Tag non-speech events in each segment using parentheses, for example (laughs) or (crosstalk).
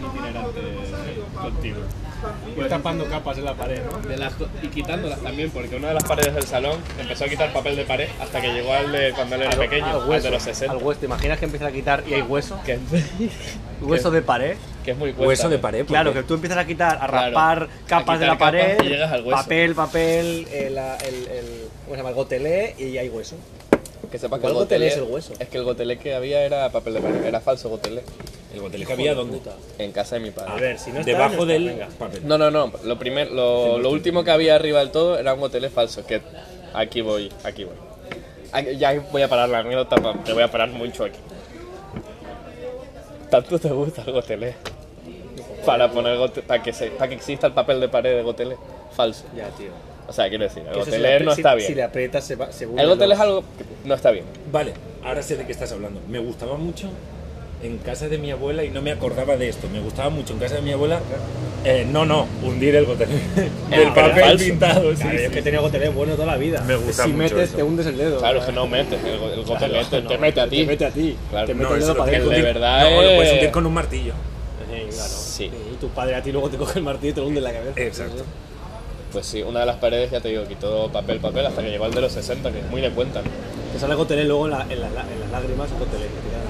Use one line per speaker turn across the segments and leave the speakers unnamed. itinerante contigo.
Pues
Voy tapando capas en la pared.
De las do- y quitándolas también, porque una de las paredes del salón empezó a quitar papel de pared hasta que llegó al de cuando él era pequeño, al, de los 60.
al hueso. ¿Te imaginas que empiezas a quitar y hay hueso?
Que,
(laughs) Hueso de pared.
que es muy cuesta. ¿eh?
Hueso de pared. porque-
Claro, que tú empiezas a quitar, a
Claro.
raspar
A
capas de la
quitar capas
pared,
y llegas al hueso.
papel, papel, el, el, el- ¿cómo se llama? El gotelé y hay hueso.
Que sepa que
¿Cuál
el
gotelé
gotelé
es el hueso?
Es que el gotelé que había era papel de pared, era falso gotelé.
El gotelé que había dónde?
En casa de mi padre.
A ver, si no está,
Debajo
no está,
del
venga.
papel.
No, no, no. Lo, primer, lo, lo último que había arriba del todo era un gotelé falso. Que aquí voy, aquí voy. Aquí- ya voy a parar la anécdota, pa- te voy a parar mucho aquí. ¿Tanto te gusta el gotelé? Para poner gote- para que, se- para que exista el papel de pared de gotelé falso.
Ya, tío.
O sea, quiero decir, el
Eso si
gotelé
le apri-
no
si-
está
Si
bien.
le aprietas, se, va, se
El gotelé es algo que no está bien.
Vale, ahora sé de qué estás hablando. Me gustaba mucho en casa de mi abuela y no me acordaba de esto. Me gustaba mucho en casa de mi abuela. eh, no, no, hundir el gotelé.
(laughs)
Del
pero
papel
Ah, falso.
pintado, sí.
Claro, yo
sí.
es que tenía gotelé bueno toda la vida.
Me gusta
si
mucho
metes,
eso.
te hundes el dedo.
Claro, es que no metes el, go- el gotelé, te, te mete a ti.
Te mete a ti.
Claro.
Te mete
No,
el
eso
dedo
lo
para adentro.
que
tienes que
de
hundir-
verdad
no, lo puedes
es-
hundir con un martillo.
Sí, claro.
Sí.
Y tu padre a ti luego te coge el martillo y te lo hunde en la cabeza.
Exacto.
Pues sí, una de las paredes, ya te digo, quitó papel, papel, hasta que llegó al de los 60, que es muy de cuenta.
Te sale gotelé luego en, la- en la- en las lágrimas, gotelé. que te quedan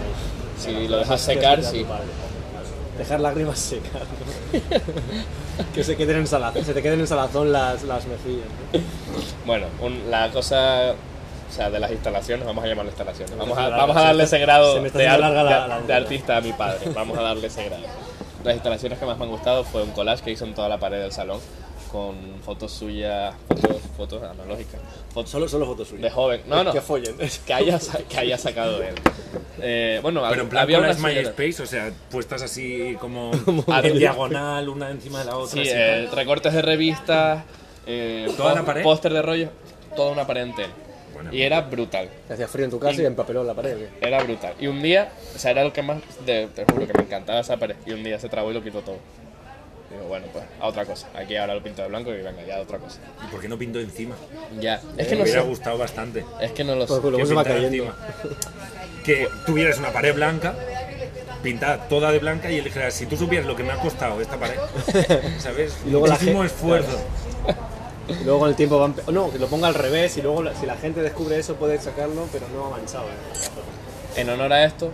ahí.
Si lo dejas
Hostias,
secar,
mira tu
sí.
padre. Dejar lágrimas secar. ¿no? (laughs) que se queden en salazón, se te queden en salazón las, las mejillas. ¿no?
Bueno, un- la cosa, o sea, de las instalaciones, vamos a llamarle instalaciones.
me
Vamos
está
a,
haciendo
vamos a
larga,
darle
se
ese
me- se
grado
me está
de,
haciendo larga la-
de-
la
de
boca.
artista a mi padre. Vamos a darle ese grado. Las instalaciones que más me han gustado fue un collage que hizo en toda la pared del salón con fotos suyas, fotos, fotos analógicas, fotos
Solo, solo fotos
de
suyas.
joven. No, no,
Que follen.
(laughs)
(laughs)
que haya, sa- que haya sacado de él. Eh, bueno,
Pero en plan
había
con
una
las
señora-
MySpace, o sea, puestas así
(laughs)
como
A
en
ver.
diagonal, una encima de la otra.
Sí,
así.
eh, recortes de revistas, eh,
¿Toda
pos-
la pared?
póster de rollo, toda una pared entera.
Bueno.
Y era brutal,
Te hacía frío en tu casa y empapeló la pared. ¿o qué?
era brutal. Y un día, o sea, era lo que más, de- te juro que me encantaba esa pared. Y un día se trabó y lo quitó todo. Digo, bueno, pues a otra cosa. Aquí ahora lo pinto de blanco y venga, ya a otra cosa.
¿Y por qué no pintó encima?
Ya, es que no
me Eh, hubiera
sé.
gustado bastante.
Es que no lo sé.
Por culo. Luego
que
se va
pintara
cayendo.
encima. Que tuvieras una pared blanca, pintada toda de blanca y él dijera, si tú supieras lo que me ha costado esta
(laughs)
pared, ¿sabes?
Y luego la
Muchísimo
gente-
esfuerzo.
Y luego con el tiempo van. pe- No, que lo ponga al revés y luego la- si la gente descubre eso puede sacarlo, pero no ha manchado. ¿eh?
En honor a esto,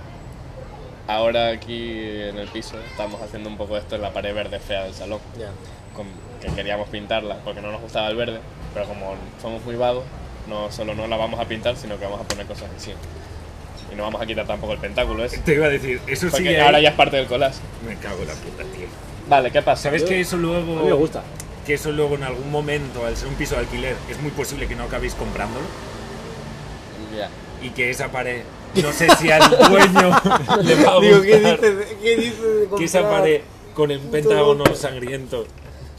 ahora aquí en el piso estamos haciendo un poco esto en la pared verde fea del salón.
Ya.
con- que queríamos pintarla porque no nos gustaba el verde, pero como somos muy vagos, no solo no la vamos a pintar, sino que vamos a poner cosas encima. Y no vamos a quitar tampoco el pentáculo ese,
Te iba a decir, eso sí
porque
que
ahora ya es parte del collage.
Me cago en la puta, tío.
Vale, ¿qué pasa?
¿Sabes
Yo-
que eso
A mí me
luego
gusta.
que eso luego en algún momento, al ser un piso de alquiler, es muy posible que no acabéis comprándolo?
Ya.
Y que esa pared, no sé si
(laughs)
al dueño le va a
Digo, ¿qué
gustar.
dices? ¿Qué dices?
que esa pared con el pentágono sangriento.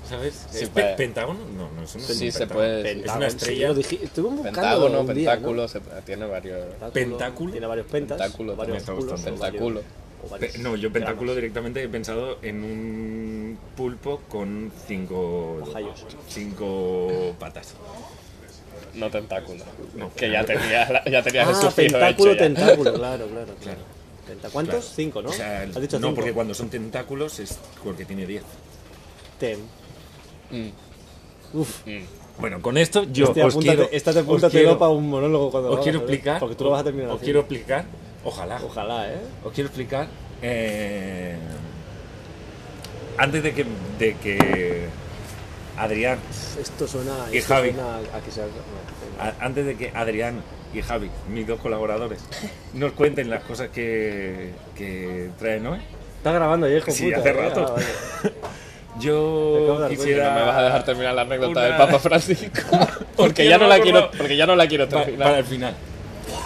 ¿Sabes?
Sí,
¿Es pe-
para-
pentágono? No, no, eso no es
Sí,
un
se
pentágono.
puede decir.
Es una estrella.
Estuvimos buscando
Pentágono,
un día, ¿no?
pentáculo, se- tiene varios.
Pentáculo.
Tiene varios pentas.
Pentáculo,
varios
también está
culos,
bastante.
o varios-
Pentáculo.
o varios
Pe- No, yo pentáculo
gramas.
directamente he pensado en un pulpo con cinco,
Ojayos.
cinco patas.
No tentáculo.
No.
Que ya tenías la- ya tenías el
Ah,
sufijo
pentáculo,
hecho ya.
tentáculo,
(laughs)
claro, claro, claro. Penta- ¿Cuántos?
Claro.
Cinco, ¿no?
O sea, el-
Has dicho
no,
cinco.
porque cuando son tentáculos es porque tiene diez.
Tem.
Mm,
Uf,
mm.
Bueno, con esto yo
este
os
apúntate,
quiero...
esta te
os
apunta
quiero-
para un monólogo cuando lo
Os
hagas,
quiero
¿eh?
explicar...
Porque tú lo vas a terminar
Os
haciendo.
quiero explicar... Ojalá.
Ojalá, ¿eh?
Os quiero explicar... eh, antes de que, de que Adrián
Esto suena,
Y
esto
Javi. Ah,
suena a que sea... no, venga.
A- Antes de que Adrián y Javi, mis dos colaboradores, nos cuenten las cosas que, que traen hoy,
Está grabando ya, hijo
Sí,
puta,
hace
¿eh?
rato.
Ah, vale. Me acabo de
yo
dar
quisiera...
No me vas a dejar terminar la anécdota
Una-
del Papa Francisco.
(laughs)
Porque
porque, ya
no
no la
me acuerdo.
quiero, porque ya no la quiero
Pa-
terminar.
para el final.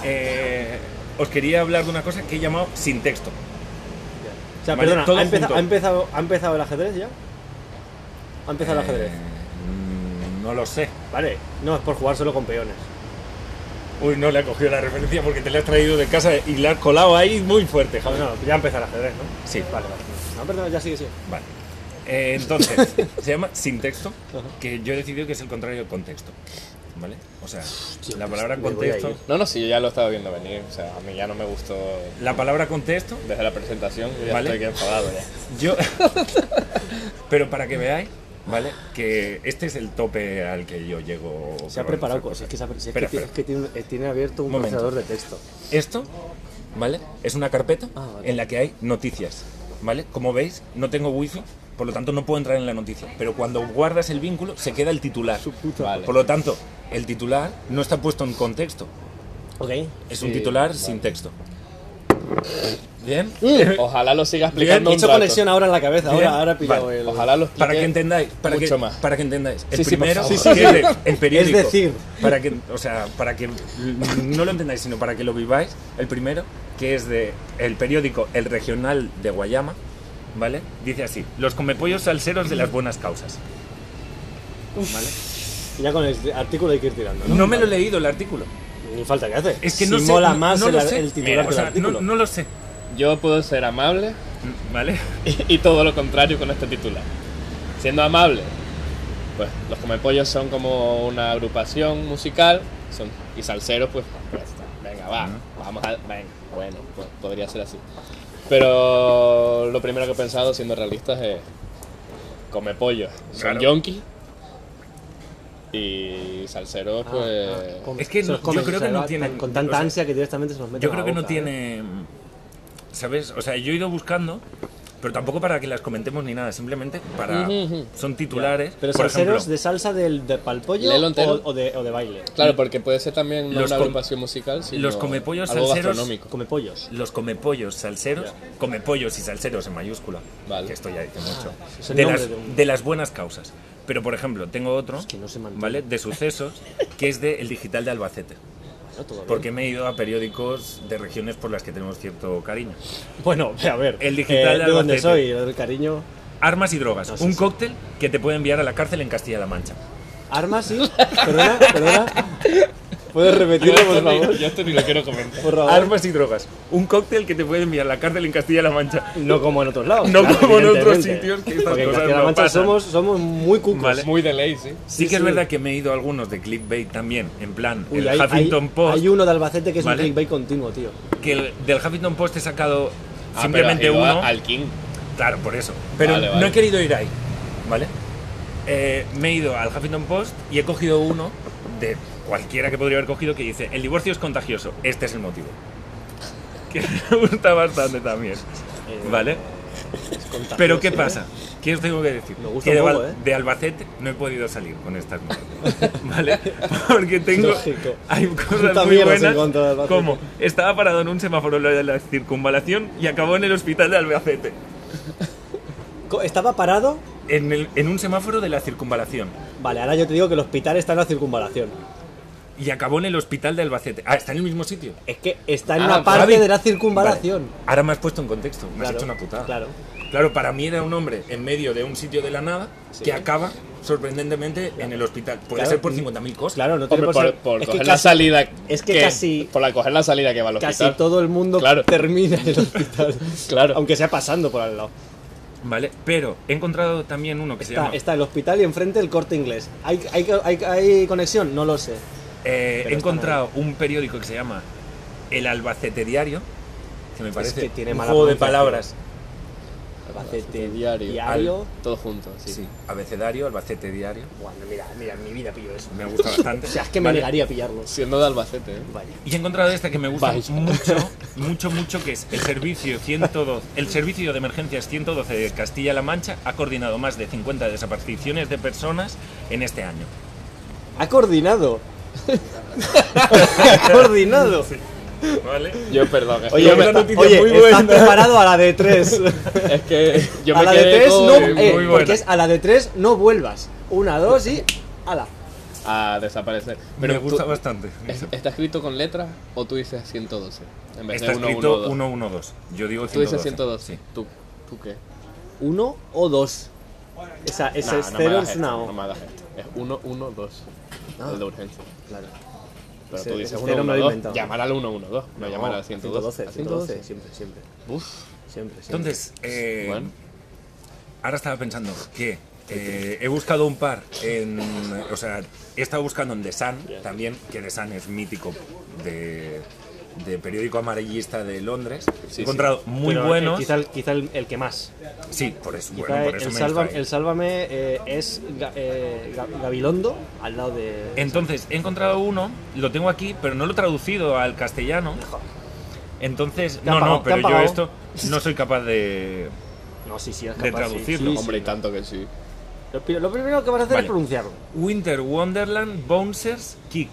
Eh, os quería hablar de una cosa que he llamado sin texto.
O sea,
Vale,
perdona,
todo
¿ha empezado,
junto.
ha, empezado, ¿ha empezado el ajedrez ya? ¿Ha empezado el ajedrez?
Eh, mm, no lo sé.
Vale, no, es por jugar solo con peones.
Uy, no le ha cogido la referencia porque te la has traído de casa y la has colado ahí muy fuerte,
No,
Javi.
no, ya ha empezado el ajedrez, ¿no?
Sí.
Vale, vale. No, perdón, ya sigue, sigue.
Vale. Eh, entonces, se llama sin texto, que yo he decidido que es el contrario del contexto. ¿vale? O sea, la
pues
palabra contexto.
No, no, sí, yo ya lo estaba viendo venir. O sea, a mí ya no me gustó
La palabra contexto,
desde la presentación. Yo ya
Vale.
estoy aquí enfadado ya.
yo. (laughs) Pero para que veáis, ¿vale? Que este es el tope al que yo llego.
Se ha
con
preparado
esta
cosas. Es que, se ha- si es
Espera,
que tiene-
espera.
es que tiene, eh, tiene abierto un
Un momento.
procesador de texto.
Esto, ¿vale? Es una carpeta
Ah, vale.
en la que hay noticias, ¿vale? Como veis, no tengo wifi, por lo tanto no puedo entrar en la noticia. Pero cuando guardas el vínculo, se queda el titular.
Vale.
Por lo tanto, el titular no está puesto en contexto.
Ok.
Es un
Sí,
titular
vale.
sin texto. Bien.
Mm. (laughs)
Ojalá lo siga explicando
He
un
hecho
rato.
conexión ahora en la cabeza.
Bien.
Ahora, ahora he pillado
Vale.
el.
Ojalá lo explique
Para que entendáis, para
mucho
que,
más.
para que entendáis. El
Sí, sí, por
primero
favor.
sí, sí, es de- el periódico.
Es decir.
para que, o sea, para que no lo entendáis, sino para que lo viváis. El primero, que es de el periódico El Regional de Guayama, ¿vale? Dice así: Los comepollos salseros de las buenas causas. ¿Vale?
Ya con el artículo hay que ir tirando.
No me lo he leído el artículo.
Ni falta que hace.
Es que no
Mm. si
sé,
mola
no-
más
no
el,
lo
ar-
sé.
el titular
Mira,
del
o sea,
artículo.
No, no lo sé,
Yo puedo ser amable
¿vale?
(laughs) y, y todo lo contrario con este titular. Siendo amable, pues los comepollos son como una agrupación musical son, y salseros, pues, pues, venga, va, vamos a. Venga, bueno, pues podría ser así. Pero lo primero que he pensado, siendo realistas, es. Comepollos son
Claro.
yonkis y
Ah,
salseros, pues.
Es que
se los
no-
comen,
yo creo
o sea,
que no
va
tiene-
Con, con tanta
o sea,
ansia que directamente se los meten
Yo
a
creo
la
que no
boca, ¿eh?
tiene. mm, ¿Sabes? O sea, yo he ido buscando, pero tampoco para que las comentemos ni nada, simplemente para.
Ujú, ujú.
Son titulares.
Pero
por ejemplo,
salseros de salsa del, de palpollo
Lelo
o,
entero.
o de, o de baile.
Claro, porque puede ser también no
Los
una
com-
agrupación musical, sino
los comepollos
algo
salseros-
gastronómico.
Come pollos.
los comepollos salseros, comepollos y salseros en mayúscula,
Vale.
que esto ya dice mucho,
Ah, es el
de,
nombre
las,
de un-
de las buenas causas. Pero, por ejemplo, tengo otro,
que no se mantiene.
¿vale? De sucesos, que es de El Digital de Albacete.
¿no? Todo bien.
Porque me he ido a periódicos de regiones por las que tenemos cierto cariño.
(laughs) Bueno, a ver. Eh,
El digital de
de donde
Albacete.
soy, el cariño.
Armas y drogas,
No sé
un
si-
cóctel que te puede enviar a la cárcel en Castilla-La Mancha.
Armas, sí. Perdona, perdona. ¿Puedes
Yo
repetirlo,
esto
por
ni-
favor?
yo esto ni lo quiero comentar.
Por favor.
Armas y drogas, un cóctel que te puede enviar a la cárcel en Castilla-La Mancha.
No como en otros lados.
No como en otros
evidentemente.
sitios que estas
Porque en
cosas
Castilla-La
no
Mancha
pasan.
Somos, somos muy cucos.
Vale.
Muy de ley, sí.
Sí,
Sí,
que es
sí.
verdad que me he ido a algunos de clickbait también, en plan,
Uy,
el
hay,
Huffington
hay-
Post.
hay uno de Albacete que es
Vale.
un clickbait continuo, tío.
que el- del Huffington Post he sacado
Ah,
simplemente
pero has
uno.
ido a- Al King.
Claro, por eso. Pero
Vale,
no
vale.
he querido ir ahí, ¿vale? Eh, me he ido al Huffington Post y he cogido uno de cualquiera que podría haber cogido que dice, el divorcio es contagioso, este es el motivo. (laughs) Que me gusta bastante también,
Eh,
¿vale?
Es contagioso,
Pero ¿qué
¿eh?
pasa? ¿Qué os tengo que decir?
Me gusta
que
un
de,
poco,
Val-
¿eh?
de Albacete no he podido salir con estas mierdas, (laughs) ¿vale? Porque tengo...
Lógico.
Hay cosas
Puta
muy
mierda se
buenas
encuentra de Albacete.
como estaba parado en un semáforo de la circunvalación y acabó en el hospital de Albacete.
Co- Estaba parado.
En, el- en un semáforo de la circunvalación
Vale, ahora yo te digo que el hospital está en la circunvalación.
y acabó en el hospital de Albacete. Ah, está en el mismo sitio.
Es que está en
Ah,
una parte
Javi.
de la circunvalación.
Vale. Ahora me has puesto en contexto, me has
Claro,
hecho una putada.
Claro.
Claro, para mí era un hombre en medio de un sitio de la nada
Sí.
que acaba sorprendentemente en el hospital. Puede
Claro.
ser por 50.000 cosas.
Claro, no tiene
Hombre, por,
ser-
por
es que
coger la
casi-
salida.
es que casi-
Por la coger la salida que va al
Casi
hospital.
todo el mundo
Claro.
termina en el hospital.
(laughs) Claro.
Aunque sea pasando por al lado.
Vale, pero he encontrado también uno que se
Está,
llama.
está el hospital y enfrente el corte inglés. ¿Hay, hay, hay- hay conexión? No lo sé.
Eh,
Pero
he
está
encontrado un periódico que se llama El Albacete Diario, que me parece
que tiene
un
mala
juego de palabras.
pronunciación. Albacete
Diario.
diario.
Todo junto, sí.
Sí, abecedario, Albacete Diario.
Bueno, mira, mira, en mi vida pillo eso. (laughs)
Me gusta bastante.
O sea, es que me
Vale,
negaría a pillarlo.
Siendo de Albacete, ¿eh?
Vaya.
Y he encontrado esta que me gusta
(laughs)
Vaya.
mucho, mucho, mucho, que es el servicio 112, el servicio de emergencias 112 de Castilla-La Mancha ha coordinado más de 50 desapariciones de personas en este año.
Ha coordinado. (laughs) ha coordinado.
¿Vale?
Yo, perdón. Es,
Oye,
que,
una
me-
noticia
oye,
muy
estás
buena.
preparado a la de (laughs) tres.
es que yo
a
me
la de
quedé
tres
con-
no,
muy
eh,
buena.
porque es a la de tres no vuelvas. Una, dos y ala.
A desaparecer.
Pero
Pero
me gusta
tú-
bastante.
es- ¿Está escrito con letras o tú dices 112? En vez
Está
de 112.
escrito 112. Yo digo 112.
Tú dices 112.
Sí.
¿Tú, ¿Tú qué?
Uno o dos. Esa, esa
Nah,
es
no me
cero
hagas
es
esto,
una
No
O.
me hagas esto. Es 112.
Ah.
El de urgencia.
Claro.
Pero
Ese-
tú dices
ese cero me lo he
112.
inventado.
Llamar al 112. No, llamar al 112.
112,
¿A
112, siempre, siempre.
Uf.
Siempre, siempre.
Entonces, eh,
Bueno.
ahora estaba pensando que eh, he buscado un par en. O sea, he estado buscando en The Sun también, que The Sun es mítico de, de periódico amarillista de Londres.
sí.
he encontrado muy
Pero, eh,
buenos.
Quizá, el- quizá el, el que más.
Sí, por eso,
Quizá
bueno, por eso
el,
me
Sálva-
distraí.
el Sálvame eh, es Ga- eh, Ga- Gabilondo al lado de.
Entonces, he encontrado uno, lo tengo aquí, pero no lo he traducido al castellano. Entonces,
Te han
no,
pagado, te
no, pero
han
yo
pagado.
esto no soy capaz de...
No, sí, sí, es
de
capaz, sí,
traducirlo,
sí, sí.
Hombre, y tanto que sí.
Lo, pri- lo primero que vas a hacer
Vale.
es pronunciarlo.
Winter Wonderland Bouncers Kick.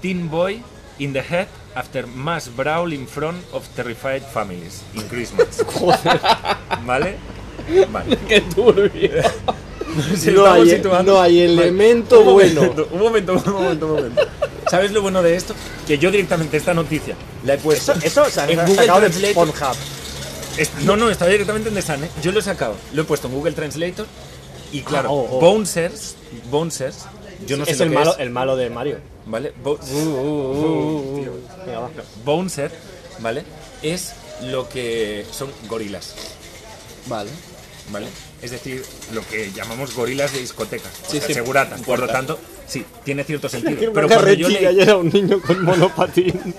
Teen boy in the head after mass brawl in front of terrified families in
(laughs)
Christmas. ¿Vale? Vale.
¡Qué turbio!
Nos
No
estamos
hay- e-
situando-
no hay elemento
Un
bueno.
momento, Un momento, un momento, un momento. ¿Sabes lo bueno de esto? Que yo directamente esta noticia la he puesto.
Eso se ha
en Google
sacado de
Translate.
Pornhub.
Es- no, no, está directamente en The Sun, ¿eh? Yo lo he sacado, lo he puesto en Google Translator y claro,
Ah, oh, oh.
Bouncers, Bouncers, yo no
es
sé lo
el
que
malo,
es, Uh,
el malo de Mario.
¿vale? Bo-
Uh,
uh,
Venga, va.
Bouncer, ¿vale? Es lo que son gorilas,
Vale.
¿vale? Es decir, lo que llamamos gorilas de discotecas, o
Sí,
sea,
sí,
seguratas, por lo
puertas.
tanto, sí,
(laughs)
tiene cierto sentido.
Era una
Pero cuando yo,
carretilla
leí,
y era un niño con monopatín.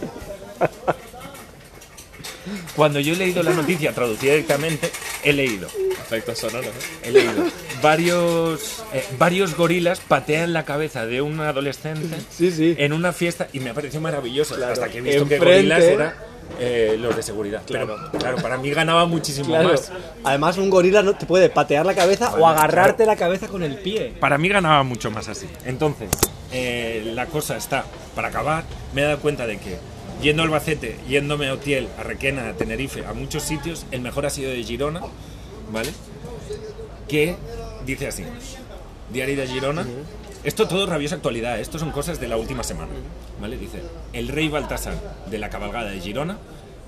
cuando yo he leído la noticia traducida directamente, he leído
Efectos sonoros, ¿eh?
he leído. Varios, eh, varios gorilas patean la cabeza de un adolescente
Sí, sí.
en una fiesta y me ha parecido maravilloso.
Claro.
Hasta que he visto que
Enfrente.
gorilas eran eh, los de seguridad.
Claro.
Pero claro, para mí ganaba muchísimo
Claro.
más.
Además, un gorila no te puede patear la cabeza
Vale,
o agarrarte la cabeza con el pie.
Para mí ganaba mucho más así. Entonces, eh, la cosa está, para acabar, me he dado cuenta de que yendo a Albacete, yéndome a Otiel, a Requena, a Tenerife, a muchos sitios, el mejor ha sido de Girona, ¿vale? Que dice así, Diario de Girona, esto todo rabiosa actualidad, ¿eh? esto son cosas de la última semana, ¿vale? Dice, el rey Baltasar de la cabalgada de Girona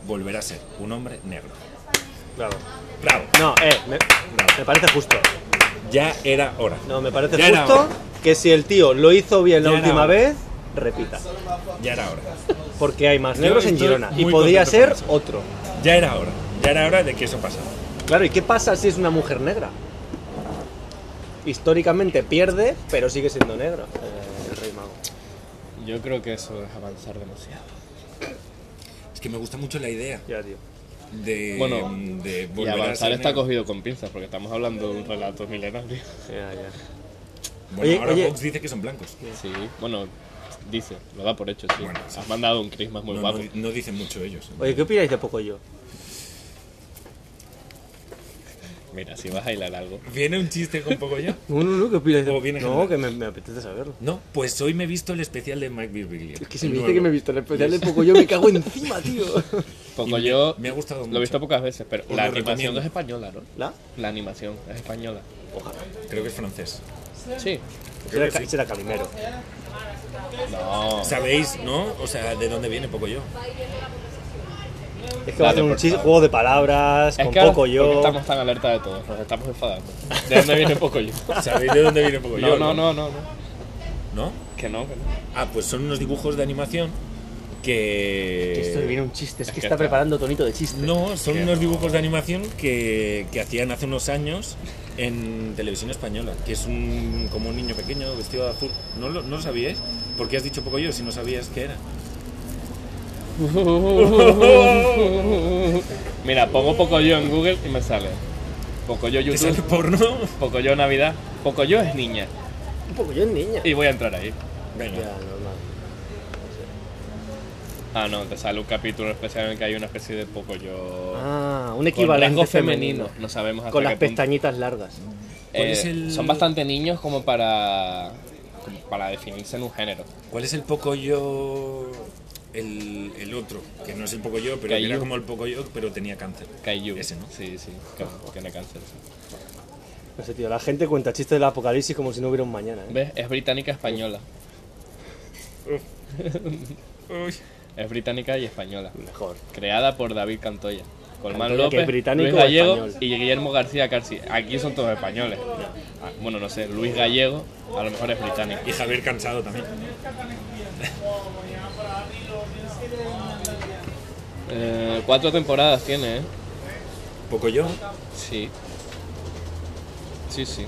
volverá a ser un hombre negro.
Claro.
Bravo,
No, eh, me, me parece justo.
ya era hora.
No, me parece
Ya era
justo
hora.
que si el tío lo hizo bien la
Ya era
última
hora.
vez, repita.
Ya era hora.
Porque hay más
Yo
negros en
estoy
Girona. Y
muy
podría ser
contento
otro.
Ya era hora, ya era hora de que eso pasara.
Claro, ¿y qué pasa si es una mujer negra? Históricamente pierde, pero sigue siendo negra. eh, el rey mago.
Yo creo que eso es avanzar demasiado.
Es que me gusta mucho la idea
Ya, tío.
de,
Bueno,
de
Y
volver
avanzar
a
está
cosa.
cogido con pinzas, porque estamos hablando de un relato milenario.
Ya, ya.
Bueno,
Oye,
ahora
oye.
Vox dice que son blancos.
Sí, bueno, dice, lo da por hecho, sí.
Bueno, sí.
Has mandado un Christmas muy
No,
guapo.
no- no dicen mucho ellos. ¿eh?
Oye, ¿qué opináis de poco yo?
Mira, si vas a hilar algo.
¿Viene un chiste con poco ya? (laughs)
No, no, no, ¿qué opináis
Como viene
No,
general.
que me, me apetece saberlo.
No, pues hoy me he visto el especial de Mike Birbiglia.
Es que si
el
me dice que me pues he visto
nuevo.
el especial de poco yo me cago (laughs) encima, tío.
Poco
Y
yo.
me- me ha gustado
Lo
mucho.
he visto pocas veces, pero
Os
la
lo
animación
recomiendo.
es española, ¿no?
¿La?
La animación es española.
Creo que es francés.
Sí.
Será, ca- será Calimero.
No.
Sabéis, ¿no? O sea, ¿de dónde
(laughs)
viene poco yo?
Es que va a
Dale,
hacer un
por
chiste,
favor.
juego de palabras,
pues Es
con
que ahora,
poco
porque
yo.
estamos tan alerta de todos, nos estamos enfadando. ¿De dónde viene poco yo?
¿Sabéis de dónde viene poco
No,
Pues yo?
no, no, no, no.
¿No?
Que no, que no.
Ah, pues son unos dibujos de animación que.
Que Esto viene un chiste, es que
Es que
está
está-
preparando tonito de chiste.
No, son
Que
unos
no.
dibujos de animación que, que hacían hace unos años en televisión española, que es un, como un niño pequeño vestido de azul. ¿No lo, no lo sabíais? ¿Por qué has dicho poco yo si no sabías qué era?
(laughs) Mira, pongo Pocoyo en Google y me sale. Pocoyo
¿Te sale
YouTube,
porno?
Pocoyo Navidad, Pocoyo es niña.
Un poco yo es niña.
Y voy a entrar ahí.
Venga.
Ya, normal.
Ah, no, te sale un capítulo especial en el que hay una especie de Pocoyo.
Ah, un
con
equivalente
rasgos
femenino.
femeninos. No sabemos hasta
Con las
qué punto.
pestañitas largas.
¿Cuál
Eh,
es el-
Son bastante niños como para, como para definirse en un género.
¿Cuál es el poco yo? El, el otro, que no es el poco yo, pero que era
Caillou.
como el poco yo, pero tenía cáncer.
Kaiju.
Ese, ¿no?
Sí, sí, que que tiene cáncer. sí.
No sé, tío, la gente cuenta chistes del apocalipsis como si no hubiera un mañana, ¿eh?
¿Ves? Es británica española.
Uy.
Es británica y española.
Mejor.
Creada por David Cantoya. Colmán
Cantoya, que es
López,
británico
Luis
o
Gallego
español.
y Guillermo García Carci. Aquí son todos españoles. Ah, Bueno, no sé, Luis Gallego a lo mejor es británico.
Y Javier Cansado también.
Eh, cuatro temporadas tiene, ¿eh?
Poco yo.
Sí. Sí, sí.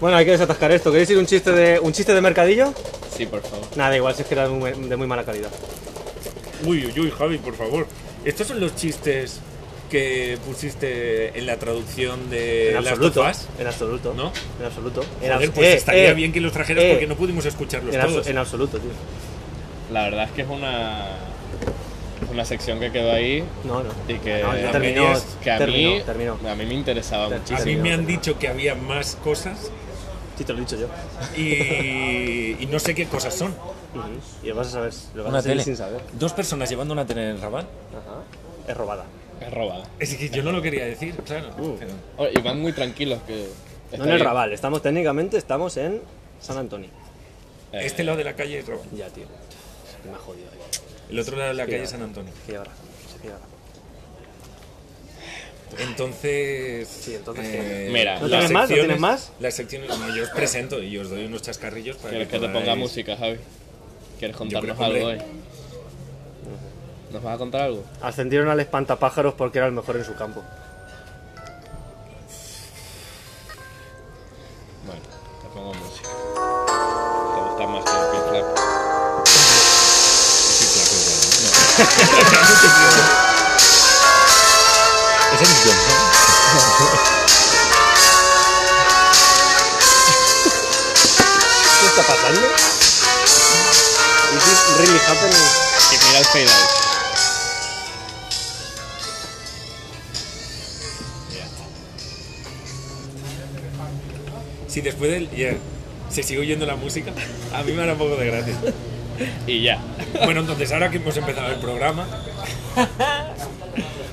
Bueno, hay que desatascar esto. ¿Queréis ir un chiste de, un chiste de mercadillo?
Sí, por favor.
Nada, igual si es que era de muy, de muy mala calidad.
Uy, uy, uy, Javi, por favor. Estos son los chistes que pusiste en la traducción de
En
Last
absoluto.
of Us,
En absoluto.
¿no?
En absoluto. En
Joder,
abs-
pues
eh,
estaría
eh,
bien que los trajeras
eh.
porque no pudimos escucharlos
en, abso-
todos.
en absoluto, tío.
La verdad es que es una, una sección que quedó ahí
No, no.
y que,
No, ya
a
terminó.
medias,
que a,
terminó,
mí,
terminó.
a mí me interesaba
Ter-
muchísimo.
a mí
terminó,
me han
terminó.
dicho que había más cosas
Sí, te lo he dicho yo.
y, y no sé qué cosas son.
Ujú. Y lo vas a saber. Lo vas
Una
a seguir
tele.
sin saber.
Dos personas llevando una tele en el Raval.
Ajá. Es robada.
Es robada.
Es que yo no lo quería decir, claro.
Uh.
pero-
Oh, Y van muy tranquilos que... está
no en el
bien.
Raval. Estamos técnicamente estamos en San Antonio.
Eh,
Este lado de la calle es Raval.
Ya, tío. Me ha jodido. ahí.
El otro lado de la
Sí,
calle
ya.
es San Antonio.
Se pilla razón, se pilla razón.
Entonces.
Sí, entonces,
eh,
Mira,
las
¿No tienes
más? ¿No
secciones-
tienes más?
Las secciones. no, yo os presento y os doy unos chascarrillos para
¿Quieres que te
podáis-
ponga música, Javi? ¿Quieres contarnos
creo que-
algo hoy? ¿Nos vas a contar algo?
Ascendieron al espantapájaros porque era el mejor en su campo.
Bueno, te pongo música. ¿Te gusta más que el Pink Floyd?
Sí, claro, claro. Es el guión, ¿no?
¿Qué está pasando? This is really happening.
Que mira el fade out.
Si después del. ya, Se sigue oyendo la música, (laughs) a mí me hará un poco de gracia.
Y ya.
Bueno, entonces ahora que hemos empezado el programa,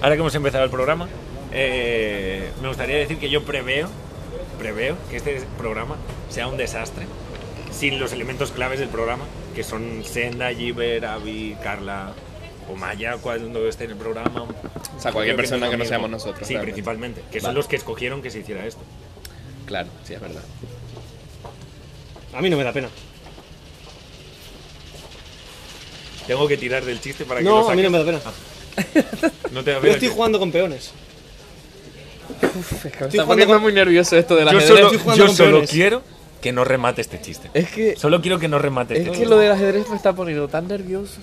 ahora que hemos empezado el programa, eh, me gustaría decir que yo preveo, preveo que este programa sea un desastre sin los elementos claves del programa, que son Senda, Giver, Avi, Carla o Maya cuando esté en el programa.
O sea, cualquier
Creo
persona
es
que
lo
no
mismo.
seamos nosotros.
Sí,
realmente.
principalmente, que son
Vale.
los que escogieron que se hiciera esto.
Claro, sí, es verdad.
A mí no me da pena.
Tengo que tirar del chiste para que lo
No, a
saques. Ah.
mí no me da pena.
No te da
Yo
pena
estoy
que-
jugando con peones.
Uf, es que me
Estoy
está
jugando
poniendo
con-
muy nervioso esto del
Yo
ajedrez.
solo,
estoy jugando
yo
con
solo
peones.
quiero que no remate este chiste.
Es que,
Solo quiero que no remate
Eh, es
este
que
chiste.
lo del ajedrez me está poniendo tan nervioso.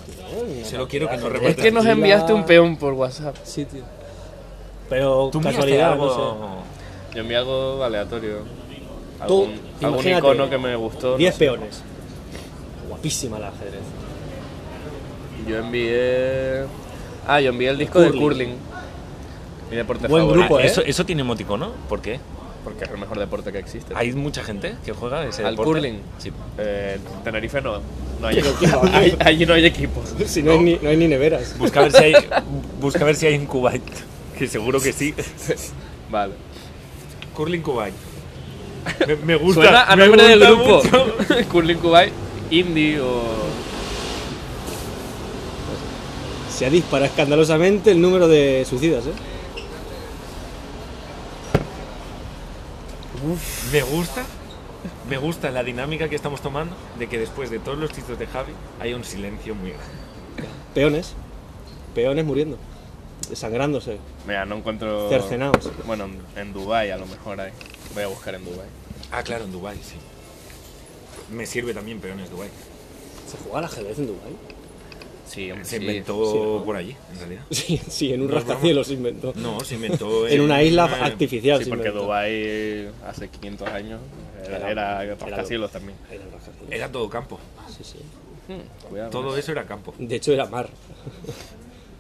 Solo quiero que no remate
Es que nos
este
enviaste un peón por WhatsApp.
Sí, tío. Pero
chiste. Tú me
casualidad,
algo...
no
Yo envié algo aleatorio.
Tú,
Algún, algún
imagínate,
icono que me gustó.
sé.
no
10
sé.
peones. Guapísima la ajedrez.
Yo envié. Ah, yo envié el disco de
Curling.
curling. Mi deporte
Buen
favorito.
grupo,
Ah,
¿eh?
eso, eso tiene emoticono, ¿por qué?
Porque es el mejor deporte que existe.
Hay mucha gente que juega ese
Al
deporte.
curling.
Sí.
Eh, en Tenerife no. No hay
Pero, tío,
equipo. Ahí- Allí no hay equipo.
Si no, Hay, ni, no hay ni neveras.
Busca a ver si hay, busca a ver si hay en Kuwait, que seguro que sí.
(laughs) Vale.
Curling (laughs) Kuwait. Me, me gusta.
Suena a
me
nombre del
gusta
grupo.
mucho.
(laughs) Curling Kuwait, Indie o.
Se ha disparado escandalosamente el número de suicidas, ¿eh?
Me gusta. Me gusta la dinámica que estamos tomando de que después de todos los chistes de Javi hay un silencio muy grande.
Peones. Peones muriendo. Desangrándose.
Mira, no encuentro.
Cercenados.
Bueno, en- en Dubai a lo mejor hay. Voy a buscar en Dubai.
Ah, claro, en Dubai, sí. Me sirve también peones Dubai.
¿Se jugaba al ajedrez en Dubái?
Sí, hombre,
Se
sí.
inventó
sí, ¿no?
por allí, en realidad.
(laughs) Sí, sí, en un
No es broma.
rascacielos se inventó.
No, se inventó
(laughs) En una isla
una-
artificial.
Sí,
se
porque
inventó.
Dubai hace 500 años era,
Era-
era rascacielos también.
Era un rascacielos.
Era todo campo.
Sí, sí.
Hmm, cuidado.
Todo eso era campo.
De hecho era (laughs) mar.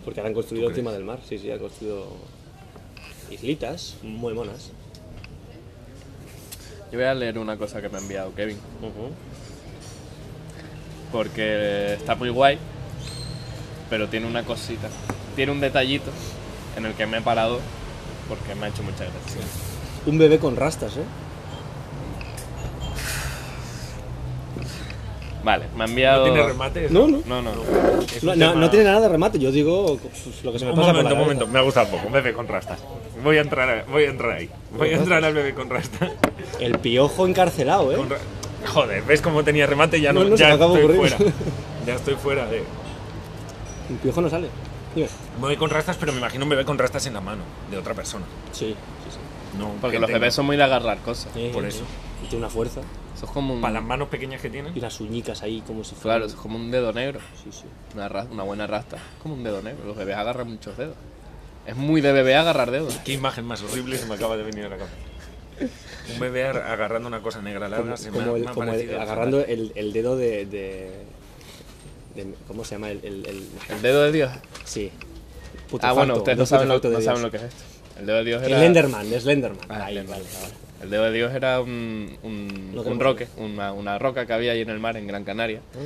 Porque ahora han construido
¿Tú crees?
encima del mar, sí, sí, han construido islitas muy monas.
Yo voy a leer una cosa que me ha enviado Kevin. Porque está muy guay, pero tiene una cosita. Tiene un detallito en el que me he parado porque me ha hecho mucha gracia.
Un bebé con rastas, ¿eh?
Vale, me ha
No
enviado.
tiene remate.
No, no.
No, no.
Es
No,
un
no,
tema-
no tiene nada de remate, yo digo pues, lo que se me
Un
pasa por
momento,
la
un
cabeza.
momento. Me ha gustado poco. Un bebé con rastas. Voy a entrar, a- voy a entrar ahí. Voy a entrar al bebé con rastas.
El piojo encarcelado,
Con
¿eh?
ra- Joder, ¿ves cómo tenía remate? Ya no,
No, no, se
ya
me acaba de
estoy
ocurrir.
fuera.
(laughs)
Ya estoy fuera de.
El piojo no sale. Dime.
Bebé con rastas, pero me imagino un bebé con rastas en la mano de otra persona.
Sí, sí,
No,
Porque
que
los
tenga-
bebés son muy de agarrar cosas.
sí.
Por eso.
Sí.
Tiene una fuerza.
Eso es como un.
Para las manos pequeñas que tienen.
Y unas uñicas ahí como si fuera.
Claro, eso es como un dedo negro.
Sí, sí.
Una, ra- una buena rasta. Es como un dedo negro. Los bebés agarran muchos dedos. Es muy de bebé agarrar dedos.
Qué imagen más horrible se me acaba de venir a la cabeza. Un bebé ar- agarrando una cosa negra larga
Como,
se me,
como
ha-
el-
me ha
como el-
parecido
agarrando el, el dedo de, de, de- ¿Cómo se llama? El, el- el-
El dedo de Dios.
sí.
ah, bueno, ustedes no saben, lo,
que
no saben lo que es esto. El dedo de Dios
El
era.
Enderman, es Lenderman.
Ah,
Ahí,
Slenderman.
vale, vale.
El dedo de Dios era un, un,
Lo que
un
hemos
roque, una, una roca que había ahí en el mar en Gran Canaria.
Ah.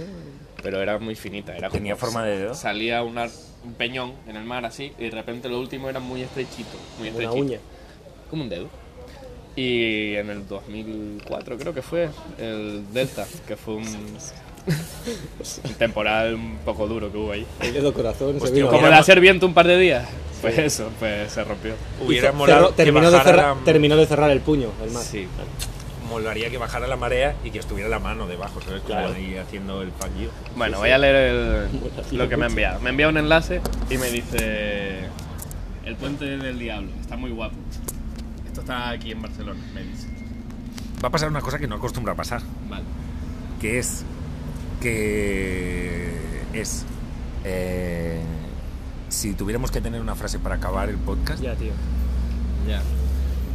Pero era muy finita. Era
Tenía
como-
forma de dedo.
Salía una- un peñón en el mar así y de repente lo último era muy estrechito. Muy
Una
estrechito.
uña.
Como un dedo. Y en el 2004 creo que fue el Delta, que fue
(laughs)
un, un temporal un poco duro que hubo ahí.
El dedo corazón.
Pues
se
tío,
vino.
Como de
Hubiéramos-
hacer viento un par de días. Pues eso, pues se rompió.
Hubiera
Hizo-
molado
cerró-
que
terminó, de
bajara
cerrar,
la-
terminó de cerrar el puño, el mar.
Sí.
Molaría que bajara la marea y que estuviera la mano debajo, ¿sabes? Como
Claro.
ahí haciendo el fallido.
Bueno, voy a leer el-
Bueno,
lo que me ha enviado. Me envía un enlace y me dice... El puente del diablo, está muy guapo. Esto está aquí en Barcelona, me dice.
Va a pasar una cosa que no acostumbra a pasar,
Vale.
que es que es eh, si tuviéramos que tener una frase para acabar el podcast.
Ya, tío.
Ya.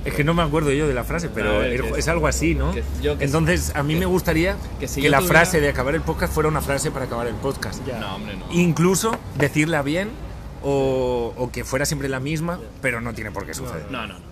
Es que no me acuerdo yo de la frase,
A
pero
ver,
es,
que-
es algo así, ¿no?
que yo- que-
Entonces, a mí me gustaría que,
que si yo
la
tuviera-
frase de acabar el podcast fuera una frase para acabar el podcast.
Ya.
No, hombre, no.
Incluso decirla bien o, o que fuera siempre la misma, pero no tiene por qué suceder.
No, no, no.